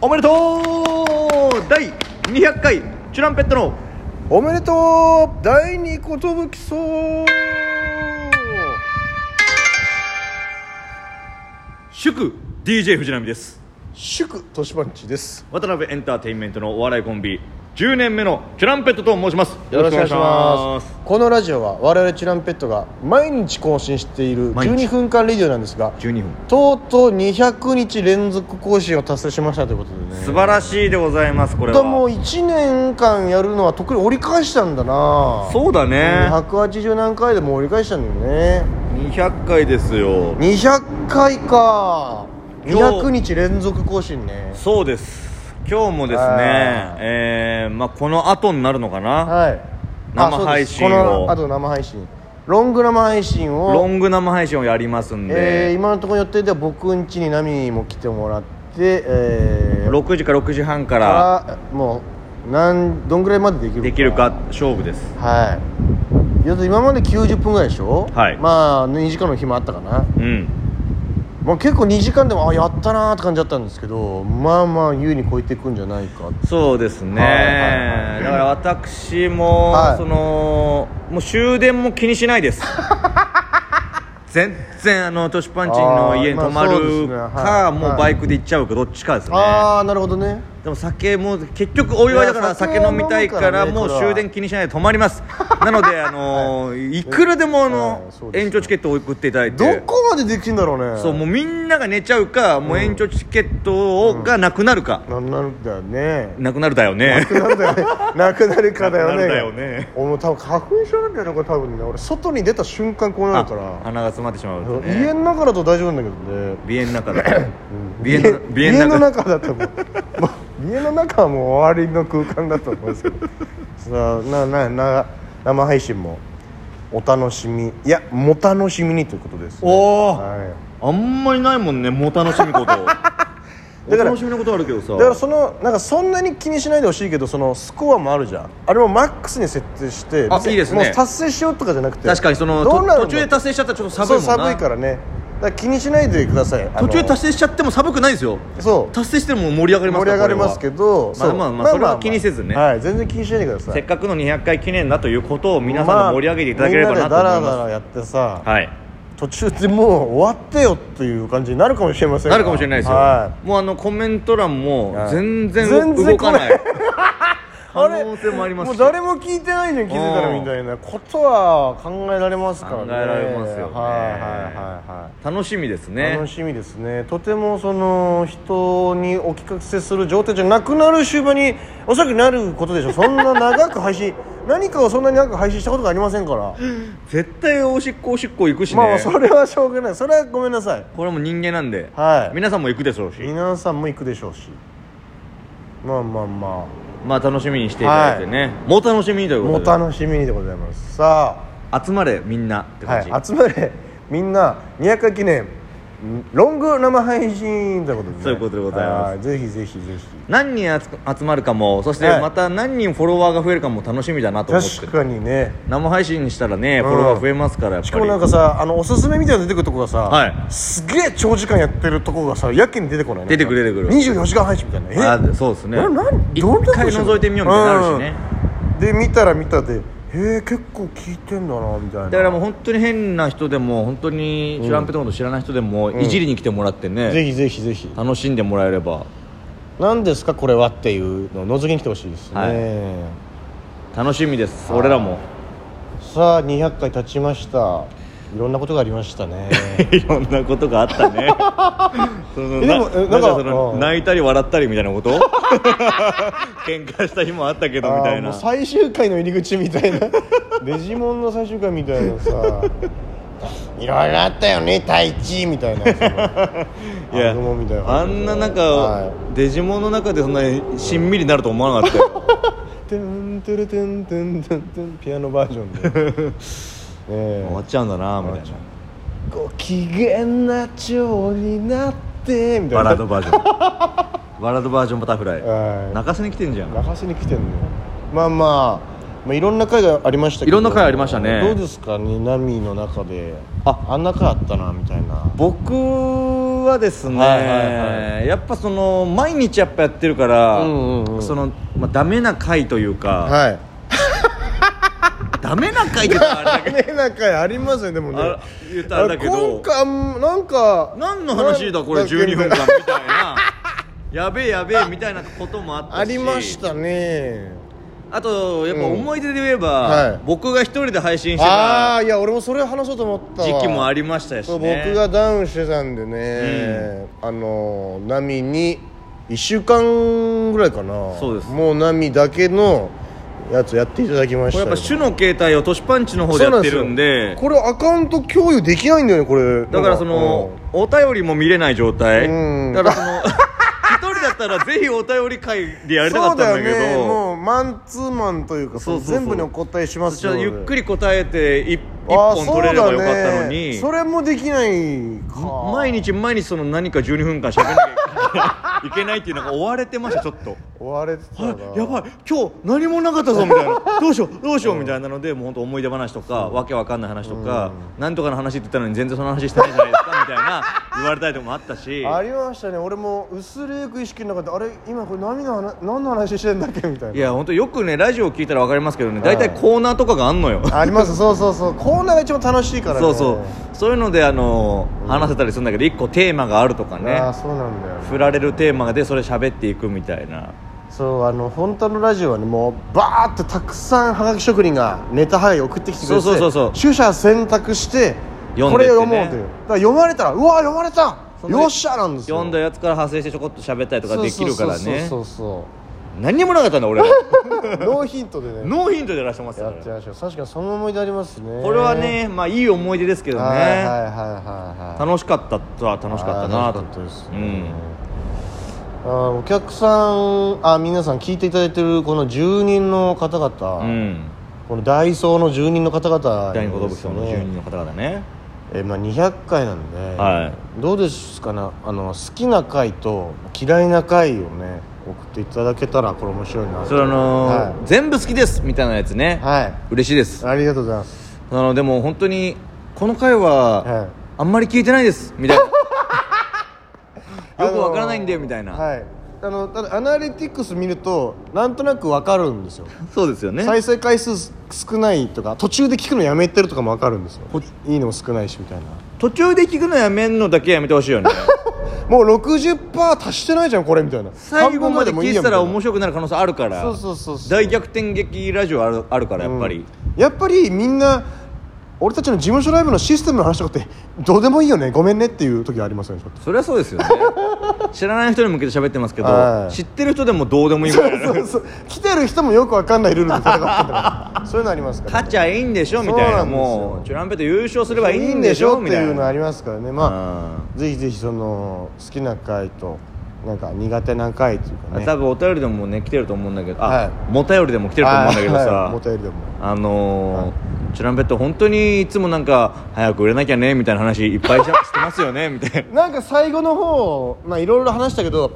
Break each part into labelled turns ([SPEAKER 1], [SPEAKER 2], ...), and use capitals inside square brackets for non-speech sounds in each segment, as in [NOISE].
[SPEAKER 1] おめでとう第200回チュランペットの
[SPEAKER 2] おめでとう第二寿そう
[SPEAKER 1] 祝 DJ 藤波です
[SPEAKER 2] 祝豊島んちです
[SPEAKER 1] 渡辺エンターテインメントのお笑いコンビ10年目のチュランペットと申します
[SPEAKER 2] よろしくお願いしますこのラジオは我々チュランペットが毎日更新している
[SPEAKER 1] 毎日
[SPEAKER 2] 12分間レディオなんですが
[SPEAKER 1] 12分
[SPEAKER 2] とうとう200日連続更新を達成しましたということでね
[SPEAKER 1] 素晴らしいでございますこれ
[SPEAKER 2] とも
[SPEAKER 1] は
[SPEAKER 2] う1年間やるのは特に折り返したんだな
[SPEAKER 1] そうだね
[SPEAKER 2] 180何回でも折り返したんだよね
[SPEAKER 1] 200回ですよ
[SPEAKER 2] 200回か
[SPEAKER 1] 今日
[SPEAKER 2] 200日連続更新ね
[SPEAKER 1] そうです今日もですね
[SPEAKER 2] あー
[SPEAKER 1] えーまあこの後になるのかな
[SPEAKER 2] はい
[SPEAKER 1] 生
[SPEAKER 2] あそうです
[SPEAKER 1] 配信を
[SPEAKER 2] このあと生配信ロング生配信を
[SPEAKER 1] ロング生配信をやりますん
[SPEAKER 2] えー
[SPEAKER 1] で、
[SPEAKER 2] 今のところ予定では僕ん家にナミにも来てもらって、えー、
[SPEAKER 1] 6時か6時半から
[SPEAKER 2] からもうなんどんぐらいまでできるか
[SPEAKER 1] できるか勝負です
[SPEAKER 2] はい要するに今まで90分ぐらいでしょ
[SPEAKER 1] はい
[SPEAKER 2] まあ2時間の暇あったかな、
[SPEAKER 1] うん
[SPEAKER 2] まあ、結構2時間でもあやったなーって感じだったんですけどまあまあ優に超えていくんじゃないか
[SPEAKER 1] そうですね、
[SPEAKER 2] はいはいはい
[SPEAKER 1] だから私も、
[SPEAKER 2] はい
[SPEAKER 1] そのもう終電も気にしない
[SPEAKER 2] [LAUGHS]
[SPEAKER 1] です全然あのトシパンチンの家に
[SPEAKER 2] あー
[SPEAKER 1] 泊
[SPEAKER 2] ま
[SPEAKER 1] ま
[SPEAKER 2] あ
[SPEAKER 1] るか
[SPEAKER 2] そうですねはい
[SPEAKER 1] もうバイクで行っちゃうかどっちかですね
[SPEAKER 2] ああなるほどね
[SPEAKER 1] でも酒も結局お祝いだか
[SPEAKER 2] い
[SPEAKER 1] ら
[SPEAKER 2] や
[SPEAKER 1] 酒飲みたいか
[SPEAKER 2] 酒
[SPEAKER 1] ら
[SPEAKER 2] は飲む
[SPEAKER 1] も
[SPEAKER 2] からね
[SPEAKER 1] う
[SPEAKER 2] これは
[SPEAKER 1] 終電気にしないで泊まります
[SPEAKER 2] [LAUGHS]
[SPEAKER 1] なのであのいくらでもあの
[SPEAKER 2] はいそうですね
[SPEAKER 1] 延長チケットを送っていただい
[SPEAKER 2] ど
[SPEAKER 1] て
[SPEAKER 2] こまでできんだろうね
[SPEAKER 1] そうもうみんなが寝ちゃうかもう延長チケットをがなくなるか
[SPEAKER 2] なんなんだよね
[SPEAKER 1] なくなるだよね
[SPEAKER 2] なんだよねなくなるかだよね
[SPEAKER 1] [LAUGHS] なくなるだよね
[SPEAKER 2] 俺もう多分花粉症なんだよねこれ多分ね俺外に出た瞬間こうなるか
[SPEAKER 1] あ
[SPEAKER 2] ら
[SPEAKER 1] 鼻が詰まってしまうとね
[SPEAKER 2] 家の中だと大丈夫なんだけどね
[SPEAKER 1] 鼻炎の中だから鼻
[SPEAKER 2] 家
[SPEAKER 1] 炎の鼻炎
[SPEAKER 2] の
[SPEAKER 1] の中
[SPEAKER 2] 中だともうもう [LAUGHS] 家の中はもう終わりの空間だと思うんですけどさあななな生配信もお楽しみいやも楽しみにということです、ね、
[SPEAKER 1] おお
[SPEAKER 2] はい
[SPEAKER 1] あんまりないもんねもう楽し
[SPEAKER 2] [LAUGHS]
[SPEAKER 1] みことお
[SPEAKER 2] ら
[SPEAKER 1] 楽しみのことあるけどさ
[SPEAKER 2] だからそのなんかそんなに気にしないでほしいけどそのスコアもあるじゃんあれもマックスに設定して
[SPEAKER 1] あ
[SPEAKER 2] 別に
[SPEAKER 1] いいですね
[SPEAKER 2] もう達成しようとかじゃなくて
[SPEAKER 1] 確かにそのと
[SPEAKER 2] どうなる
[SPEAKER 1] 途中で達成しちゃったらちょっと寒い
[SPEAKER 2] そう
[SPEAKER 1] もんな
[SPEAKER 2] 寒いからねだから気にしないでください
[SPEAKER 1] 途中で
[SPEAKER 2] 成
[SPEAKER 1] 達成しちゃっても寒くないですよ
[SPEAKER 2] そう
[SPEAKER 1] 達成しても盛り上がりますか
[SPEAKER 2] 盛り
[SPEAKER 1] ら
[SPEAKER 2] 上がりますけど
[SPEAKER 1] これはまあまあまあそれは気にせずね
[SPEAKER 2] はい全然気にしないでくだ
[SPEAKER 1] こ
[SPEAKER 2] さ
[SPEAKER 1] れはせ
[SPEAKER 2] い
[SPEAKER 1] っかくの200回記念だということを皆さんで盛り上げていただければなと
[SPEAKER 2] まあみんなでダラ
[SPEAKER 1] 思
[SPEAKER 2] ダ
[SPEAKER 1] いま
[SPEAKER 2] ラやってさ
[SPEAKER 1] すはい
[SPEAKER 2] 途中でもう終わってよっていう感じになるかもしれませんが
[SPEAKER 1] なるかもしれないですよ
[SPEAKER 2] は
[SPEAKER 1] もうあのコメント欄も
[SPEAKER 2] はい
[SPEAKER 1] 全然
[SPEAKER 2] 全然
[SPEAKER 1] 動かない
[SPEAKER 2] あ
[SPEAKER 1] 可
[SPEAKER 2] れ
[SPEAKER 1] 能性もあります
[SPEAKER 2] も
[SPEAKER 1] し
[SPEAKER 2] う誰も聞いてないのに気づいたらみたいなことは考えられますからね
[SPEAKER 1] 考えられますよね
[SPEAKER 2] はいはいはいはい
[SPEAKER 1] 楽しみですね
[SPEAKER 2] 楽しみですねとてもその人にお聞かせする状態じゃなくなる終盤におそらくなることでしょうそんな長く配信何かをそんなに長く配信したことがありませんから、
[SPEAKER 1] 絶対おしっこおしっこ行くしね、
[SPEAKER 2] まあまあそれはしょうがないそれはごめんなさい
[SPEAKER 1] これはもう人間なんで、
[SPEAKER 2] はい
[SPEAKER 1] 皆さんも行くでしょうし
[SPEAKER 2] 皆さんも行くでしょうしまあまあま
[SPEAKER 1] まあ楽しみにしていただいてね、もう楽しみにとい
[SPEAKER 2] あ
[SPEAKER 1] う
[SPEAKER 2] も
[SPEAKER 1] こ
[SPEAKER 2] う
[SPEAKER 1] とで
[SPEAKER 2] 楽しみにでございますさあ
[SPEAKER 1] 集まれみんなって感じ、
[SPEAKER 2] はい、集まれみんな200回記念ロング生配信ということで、ね、
[SPEAKER 1] そういうことでございます
[SPEAKER 2] すぜひぜひぜひ
[SPEAKER 1] 何人集集まるかもそして
[SPEAKER 2] はい
[SPEAKER 1] また何人フォロワーが増えるかも楽しみだなと思って
[SPEAKER 2] 確
[SPEAKER 1] る
[SPEAKER 2] かにね
[SPEAKER 1] 生配信したらね
[SPEAKER 2] う
[SPEAKER 1] フ
[SPEAKER 2] ん
[SPEAKER 1] ォロワー増えますからやっ
[SPEAKER 2] し
[SPEAKER 1] ぱ
[SPEAKER 2] かも
[SPEAKER 1] り
[SPEAKER 2] なんかさあのおすすめみたいなの出てくるとこがさ、
[SPEAKER 1] はい
[SPEAKER 2] すげえ長時間やってるとこがさやけに出てこない
[SPEAKER 1] 出てくる出てくる
[SPEAKER 2] 24時間配信みたいなえ
[SPEAKER 1] あそうですね
[SPEAKER 2] え何
[SPEAKER 1] 一
[SPEAKER 2] どんな
[SPEAKER 1] 回覗いてみようみたいになるしね、
[SPEAKER 2] うんで見たら見たでへえ結構聞いてんだなみたいな
[SPEAKER 1] だからもう本当に変な人でも本当にチュランペットのこと知らない人でもいじりに来てもらって
[SPEAKER 2] ぜ
[SPEAKER 1] ね、
[SPEAKER 2] ひぜひぜひ
[SPEAKER 1] 楽しんでもらえれば
[SPEAKER 2] 何ですかこれはっていうのを覗きに来てほしいですね、
[SPEAKER 1] は楽しみです俺らも
[SPEAKER 2] さあ200回経ちましたいろんなことがありまし
[SPEAKER 1] [LAUGHS]
[SPEAKER 2] たね
[SPEAKER 1] いろんなことがあった
[SPEAKER 2] [LAUGHS]
[SPEAKER 1] ねその
[SPEAKER 2] えでも
[SPEAKER 1] なな
[SPEAKER 2] えなんんか
[SPEAKER 1] かその
[SPEAKER 2] うん
[SPEAKER 1] 泣いたり笑ったりみたいなこと [LAUGHS] 喧嘩した日もあったけどみたい
[SPEAKER 2] あーも
[SPEAKER 1] な
[SPEAKER 2] う最終回の入り口みた
[SPEAKER 1] [LAUGHS]
[SPEAKER 2] いなデジモンの最終回みたいなさいろいろあったよね太一みたいなそ
[SPEAKER 1] [LAUGHS]
[SPEAKER 2] の悪魔みたいな
[SPEAKER 1] あんななんか、
[SPEAKER 2] は
[SPEAKER 1] デジモンの中でそんなにしんみりになると思わなかった
[SPEAKER 2] [LAUGHS]
[SPEAKER 1] よ
[SPEAKER 2] いトゥントゥルトゥントゥントゥントゥンピアノバージョンでね
[SPEAKER 1] [LAUGHS]
[SPEAKER 2] え
[SPEAKER 1] 終わっちゃうんだなみたい
[SPEAKER 2] 終
[SPEAKER 1] な
[SPEAKER 2] わご機嫌な蝶になってみた
[SPEAKER 1] バ
[SPEAKER 2] い
[SPEAKER 1] ラー
[SPEAKER 2] な
[SPEAKER 1] ドバージョン [LAUGHS] バラードバージョンバタフライ
[SPEAKER 2] はい
[SPEAKER 1] 泣かせに来てんじゃん
[SPEAKER 2] 流しに来てんのよまあまあ、まあ、いろんな回がありましたけど
[SPEAKER 1] いろんな回ありましたね
[SPEAKER 2] どうですかね波の中で
[SPEAKER 1] あ
[SPEAKER 2] あんな回あったなみたいな
[SPEAKER 1] 僕はですね、
[SPEAKER 2] はいはい
[SPEAKER 1] やっぱその毎日やっぱやってるから、
[SPEAKER 2] うんうんうん
[SPEAKER 1] その、まあ、ダメな回というか、
[SPEAKER 2] はい
[SPEAKER 1] ダメな回って言ったらあれだけど
[SPEAKER 2] ねなんかありますよでもね
[SPEAKER 1] あ言ったんだけど
[SPEAKER 2] あ今回あんなんか
[SPEAKER 1] 何の話だこれ
[SPEAKER 2] なんけ
[SPEAKER 1] 12分間みたいなやべえやべえみたいなこともあったし
[SPEAKER 2] ありましたね
[SPEAKER 1] あとやっぱ
[SPEAKER 2] うん
[SPEAKER 1] 思い出で言えば、
[SPEAKER 2] はい
[SPEAKER 1] 僕が一人で配信して
[SPEAKER 2] あ
[SPEAKER 1] た
[SPEAKER 2] あいや俺もそれ話そうと思った
[SPEAKER 1] 時
[SPEAKER 2] わ
[SPEAKER 1] 期もありましたし、
[SPEAKER 2] そう
[SPEAKER 1] ね、
[SPEAKER 2] 僕がダウンしてたんでね、あのナミに1週間ぐらいかな
[SPEAKER 1] そうです
[SPEAKER 2] もうナミだけのやつやっていただきまし
[SPEAKER 1] こ
[SPEAKER 2] た
[SPEAKER 1] れ
[SPEAKER 2] よ
[SPEAKER 1] やっぱ主の携帯を都市パンチの方でやってるんで
[SPEAKER 2] そうなんすよこれアカウント共有できないんだよねこれ
[SPEAKER 1] だからそのお便りも見れない状態
[SPEAKER 2] うん
[SPEAKER 1] だからその [LAUGHS] 一人だったらぜひお便り会でや
[SPEAKER 2] なん
[SPEAKER 1] りたか
[SPEAKER 2] かそ
[SPEAKER 1] っ
[SPEAKER 2] う
[SPEAKER 1] た
[SPEAKER 2] だ
[SPEAKER 1] んだけ
[SPEAKER 2] よね
[SPEAKER 1] ど
[SPEAKER 2] もうマンツーマンというか
[SPEAKER 1] そうそうそう
[SPEAKER 2] 全部にお答えします
[SPEAKER 1] じゃあゆっく
[SPEAKER 2] り
[SPEAKER 1] り答えて一一本取れればよかったのに、
[SPEAKER 2] それもできないか
[SPEAKER 1] 毎日毎日その何か12分間しゃべんなきゃいけないっていうのが追われてましたちょっ
[SPEAKER 2] [LAUGHS]
[SPEAKER 1] と。
[SPEAKER 2] 追われてたな
[SPEAKER 1] やばい今日何もなかったぞみたい
[SPEAKER 2] [LAUGHS]
[SPEAKER 1] などうしようどうしようみたいなのでもう本当思い出話とかわけわかんない話とかなんとかの話って言ったのに全然その話してないじゃないですかみたいな言われたりとかもあったし
[SPEAKER 2] ありましたね俺も薄れゆく意識の中であれ今これ何の話何の話してんだっけみたい
[SPEAKER 1] い
[SPEAKER 2] な
[SPEAKER 1] や本当よくねラジオ聞いたらわかりますけどね
[SPEAKER 2] はい
[SPEAKER 1] 大体コーナーとかがあんのよ
[SPEAKER 2] ありますそうそうそうコーナーが一番楽しいからね
[SPEAKER 1] そうそうそういうのであの話せたりするんだけど一個テーマがあるとかね
[SPEAKER 2] ああそうなんだよ
[SPEAKER 1] 振られるテーマでそれ喋っていくみたいな
[SPEAKER 2] そうあの本当のラジオはねもうバーってたくさんはがき職人がネタはがき送ってきてくれて
[SPEAKER 1] そうそうそうそう
[SPEAKER 2] 取捨選択して
[SPEAKER 1] 読ん
[SPEAKER 2] こ
[SPEAKER 1] でっ
[SPEAKER 2] れ
[SPEAKER 1] てね
[SPEAKER 2] 読もうというだから読まれたらうわ読まれた
[SPEAKER 1] そんな
[SPEAKER 2] よっしゃなんですよ
[SPEAKER 1] 読んだやつから派生してちょこっと喋ったりとかできるからね
[SPEAKER 2] そうそう
[SPEAKER 1] 何にもなかったんだ [LAUGHS] 俺
[SPEAKER 2] そうそうノーヒントで
[SPEAKER 1] [LAUGHS]
[SPEAKER 2] ね
[SPEAKER 1] ノーヒントでやらせてもらって
[SPEAKER 2] や
[SPEAKER 1] た
[SPEAKER 2] っ
[SPEAKER 1] から
[SPEAKER 2] てましょう確かにその思い出ありますね
[SPEAKER 1] これはね、まあいい思い出ですけどね、
[SPEAKER 2] はいはいはいはいはい
[SPEAKER 1] 楽しかったとは楽しかったな
[SPEAKER 2] あー楽
[SPEAKER 1] と
[SPEAKER 2] しかったです
[SPEAKER 1] う
[SPEAKER 2] ね
[SPEAKER 1] ん、
[SPEAKER 2] あーお客さんあ皆さん聞いていただいてるこの住人の方々、
[SPEAKER 1] うん、
[SPEAKER 2] このダイソーの住人の方々
[SPEAKER 1] 第
[SPEAKER 2] に
[SPEAKER 1] 二
[SPEAKER 2] で
[SPEAKER 1] 寿
[SPEAKER 2] すね
[SPEAKER 1] さんの住人の方々ね
[SPEAKER 2] えーまあ、200回なんで、
[SPEAKER 1] は
[SPEAKER 2] どうですかねあの好きな回と嫌いな回をね送っていただけたらこれ面白いな
[SPEAKER 1] それあのー
[SPEAKER 2] は
[SPEAKER 1] 全部好きですみたいなやつね、
[SPEAKER 2] は
[SPEAKER 1] 嬉しいです
[SPEAKER 2] いありがとうございます
[SPEAKER 1] あのでも本当にこの回は、
[SPEAKER 2] はい
[SPEAKER 1] あんまり聞いてないですみたい [LAUGHS] なよくわからないんだよみたいな、
[SPEAKER 2] あのーはいあのただアナリティクス見るとなんとなくわかるんですよ
[SPEAKER 1] そうですよね
[SPEAKER 2] 再生回数少ないとか途中で聞くのやめてるとかもわかるんですよ
[SPEAKER 1] こ
[SPEAKER 2] いいねも少ないしみたいな
[SPEAKER 1] 途中で聞くのやめんのだけやめてほしいよね
[SPEAKER 2] もう60%足してないじゃんこれみたいな
[SPEAKER 1] 最後まで聞いてたら
[SPEAKER 2] 半分までも
[SPEAKER 1] 面白くなる可能性あるか
[SPEAKER 2] い
[SPEAKER 1] ら
[SPEAKER 2] いやみたいなそうそうそうそう
[SPEAKER 1] 大逆転劇ラジオあるあるからやっぱり、
[SPEAKER 2] やっぱりみんな俺たちの事務所ライブのシステムの話とかってどうでもいいよねごめんねっていう時はあります
[SPEAKER 1] [LAUGHS]
[SPEAKER 2] よねちょっと
[SPEAKER 1] それはそうですよね知らない人に向けて喋ってますけど、
[SPEAKER 2] はい
[SPEAKER 1] 知ってる人でもどうでもいいぐらいな
[SPEAKER 2] そうそう来てる人もよくわかんないルールで戦ってたからそういうのありますから
[SPEAKER 1] 勝ちゃいいんでしょみたいな
[SPEAKER 2] そうなんですよ
[SPEAKER 1] もうチュランペット優勝すればいいんでしょ
[SPEAKER 2] いいん
[SPEAKER 1] み
[SPEAKER 2] でしょ
[SPEAKER 1] た
[SPEAKER 2] ってい
[SPEAKER 1] いう
[SPEAKER 2] の
[SPEAKER 1] な
[SPEAKER 2] ありますからねまあぜひぜひその好きな回となんか苦手な回というか
[SPEAKER 1] うん
[SPEAKER 2] ね
[SPEAKER 1] 多分お便りでもね来てると思うんだけどあ、
[SPEAKER 2] はい
[SPEAKER 1] もたよりでも来てると思うんだけどさ、
[SPEAKER 2] はいもたよりでも
[SPEAKER 1] あのーチュランペット本当にいつもなんか早く売れなきゃねみたいな話いっぱいし [LAUGHS] してますよねみたいな
[SPEAKER 2] なんか最後の方まあいろいろ話した
[SPEAKER 1] [LAUGHS]
[SPEAKER 2] けど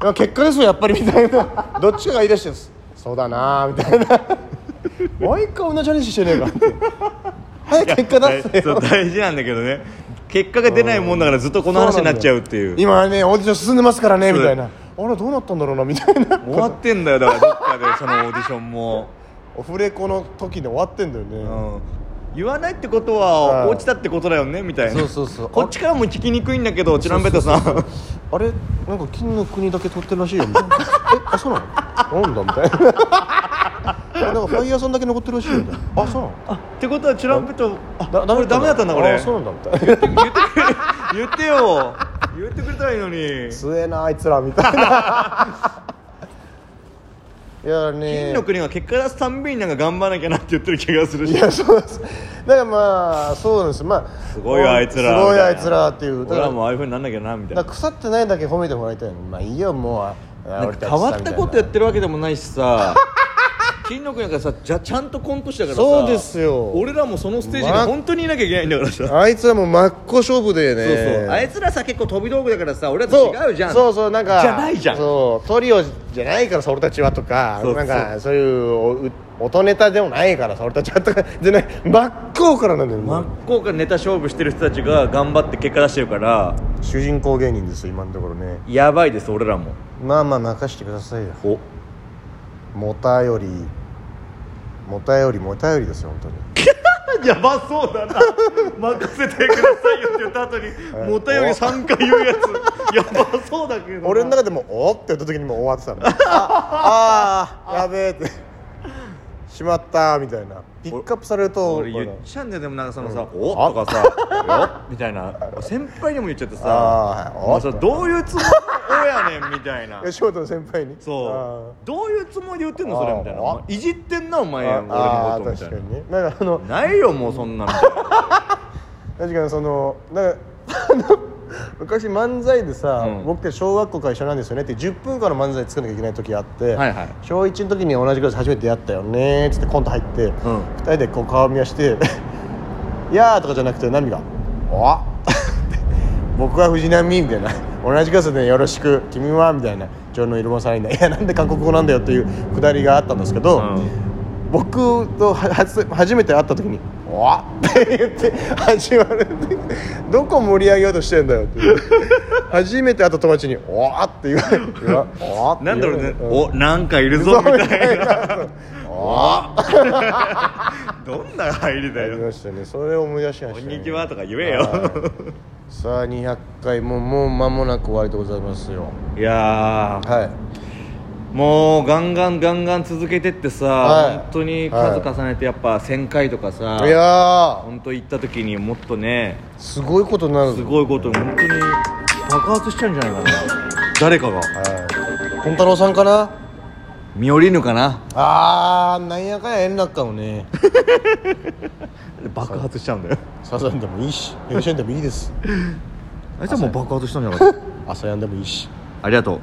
[SPEAKER 2] いや結果ですよやっぱりみたいなどっちかが言い出してるんですそうだなーみたいな毎回同じ話してねえかって早く結果出せ
[SPEAKER 1] そう
[SPEAKER 2] よ
[SPEAKER 1] 大事なんだけどね結果が出ないもんだからずっとこの話になっちゃうっていう
[SPEAKER 2] 今ねオーディション進んでますからね
[SPEAKER 1] そう
[SPEAKER 2] みたいなあれどうなったんだろうなみたいな
[SPEAKER 1] 終わってんだよだからどっかでそのオーディションも。
[SPEAKER 2] オフレコの時で終わってんだよね
[SPEAKER 1] 言わないってこと
[SPEAKER 2] は
[SPEAKER 1] はい落ちたってことだよねみたいな
[SPEAKER 2] そうそうそう
[SPEAKER 1] こっちからも聞きにくいんだけどチュランペットさん
[SPEAKER 2] [LAUGHS] あれなんか金の国だけ撮ってるらしいよみ [LAUGHS] たいなえあそうなのなんだ [LAUGHS] みたいなあなんかファイヤーさんだけ残ってるらしいよみたいなあそうなの
[SPEAKER 1] あってことはチュランペットあ
[SPEAKER 2] だ
[SPEAKER 1] これダメだったんだこれ
[SPEAKER 2] あそうなんだみたいな
[SPEAKER 1] [LAUGHS] 言ってくれ言ってよ言ってくれたらいいのに
[SPEAKER 2] 強えなあいつらみた
[SPEAKER 1] [LAUGHS]
[SPEAKER 2] いないやね
[SPEAKER 1] 金の国が結果出すたんびになんか頑張らなきゃなって言ってる気がする
[SPEAKER 2] い
[SPEAKER 1] し
[SPEAKER 2] やそうですだからまあそうなんですまあ
[SPEAKER 1] すごいよあいつら
[SPEAKER 2] すごいよあいつらっていう
[SPEAKER 1] 俺
[SPEAKER 2] だから
[SPEAKER 1] らもああいうふうになんなきゃなみたい
[SPEAKER 2] だ
[SPEAKER 1] な
[SPEAKER 2] から腐ってないだけ褒めてもらいたいのまあいいよもうあ
[SPEAKER 1] な
[SPEAKER 2] [LAUGHS]
[SPEAKER 1] んか変わったことやってるわけでもないしさ金の国なんかさじゃちゃんとコントしたからさ
[SPEAKER 2] そうですよ
[SPEAKER 1] 俺らもそのステージに本当にいなきゃいけないんだからさ、
[SPEAKER 2] あいつはもう真っ向勝負でね
[SPEAKER 1] そうそうあいつらさ結構飛び道具だからさ俺らと違うじゃん
[SPEAKER 2] そうそうなんか
[SPEAKER 1] じゃないじゃん
[SPEAKER 2] そうトリオじゃないからさ俺たちはとか
[SPEAKER 1] そう
[SPEAKER 2] なんかそういうおう音ネタでもないからさ俺たちはとか [LAUGHS] じゃない真っ向からなんだよ、
[SPEAKER 1] 真っ向からネタ勝負してる人たちが頑張って結果出してるから
[SPEAKER 2] 主人公芸人です今のところね
[SPEAKER 1] やばいです俺らも
[SPEAKER 2] まあまあ任してくださいよ
[SPEAKER 1] お
[SPEAKER 2] もたよりもたよりもたよりですよ本当に
[SPEAKER 1] やばそうだ
[SPEAKER 2] [LAUGHS]
[SPEAKER 1] な任せてくださいよって言った後にもたより3回言うや
[SPEAKER 2] [LAUGHS]
[SPEAKER 1] つやばそうだけどな
[SPEAKER 2] 俺の中でも「おっ?」って言った時にもう終わって [LAUGHS] たのああーやべえってしまったみたいなピックアップされると
[SPEAKER 1] 俺言っちゃうんだよでもなんかそのさ「お
[SPEAKER 2] あ
[SPEAKER 1] っ?」とかさ「おみたいな先輩にも言っちゃってさ
[SPEAKER 2] あーはい
[SPEAKER 1] もうさどういうつもりで「お」やねんみたいな
[SPEAKER 2] 吉本の先輩に
[SPEAKER 1] そ
[SPEAKER 2] あ
[SPEAKER 1] うどういうつもりで言ってんのそれみたいな
[SPEAKER 2] あー
[SPEAKER 1] お前いじってんなお前俺
[SPEAKER 2] ーあ
[SPEAKER 1] のこ
[SPEAKER 2] ー
[SPEAKER 1] とみたい
[SPEAKER 2] 確か
[SPEAKER 1] な
[SPEAKER 2] にねなんかあの
[SPEAKER 1] ないよもうそんなみたいな
[SPEAKER 2] 確かにそのなんかあの [LAUGHS] 昔漫才でさ、
[SPEAKER 1] うん
[SPEAKER 2] 僕って小学校から一緒なんですよねって10分間の漫才作んなきゃいけない時あって、
[SPEAKER 1] はいはい
[SPEAKER 2] 小1の時に同じクラス初めて出会ったよねっつってコント入って、
[SPEAKER 1] ん
[SPEAKER 2] 2人でこう顔見合わして [LAUGHS] 「いやー」とかじゃなくてナミが「おっ [LAUGHS] 僕は藤波」みたいな「同じクラスでよろしく君は」みたいな「ジョンのイルモさんいない」「いやなんで韓国語なんだよ」っていうくだりがあったんですけど、
[SPEAKER 1] うん
[SPEAKER 2] 僕とは初初めて会った時に「おわっ!」って言って始まるんでどこ盛り上げようとしてんだよっていう初めて会った友達に「おわっ!」って言われて「おわ
[SPEAKER 1] [LAUGHS]
[SPEAKER 2] っ!」
[SPEAKER 1] なんだろうね「
[SPEAKER 2] って言われて
[SPEAKER 1] おなんかいるぞ」みたいな
[SPEAKER 2] うんおっ
[SPEAKER 1] どんな入りだ
[SPEAKER 2] あり
[SPEAKER 1] よ
[SPEAKER 2] ましたねそれを思い出しま
[SPEAKER 1] 「こ
[SPEAKER 2] した、
[SPEAKER 1] ん
[SPEAKER 2] ね、
[SPEAKER 1] にちは」とか言えよ
[SPEAKER 2] はいさあ200回ももう間もなく終わりでございますよ
[SPEAKER 1] いやー
[SPEAKER 2] はい
[SPEAKER 1] もうガンガンガンガン続けてってさ、
[SPEAKER 2] はい
[SPEAKER 1] 本当に数重ねてやっぱ1000回とかさ、
[SPEAKER 2] いやー
[SPEAKER 1] 本当行った時にもっとね
[SPEAKER 2] すごいことになる
[SPEAKER 1] すごいこと本当に爆発しちゃうんじゃないかな誰かが
[SPEAKER 2] はい本太郎さんかな
[SPEAKER 1] 見降りぬかな
[SPEAKER 2] あーなんやかんや円楽かもね
[SPEAKER 1] 爆発しちゃうんだよ
[SPEAKER 2] サザンでもいいし
[SPEAKER 1] [LAUGHS]
[SPEAKER 2] 吉ンでもいいです
[SPEAKER 1] あいつはもう爆発したんじゃなかった [LAUGHS]
[SPEAKER 2] 朝やんでもいいし
[SPEAKER 1] ありがとう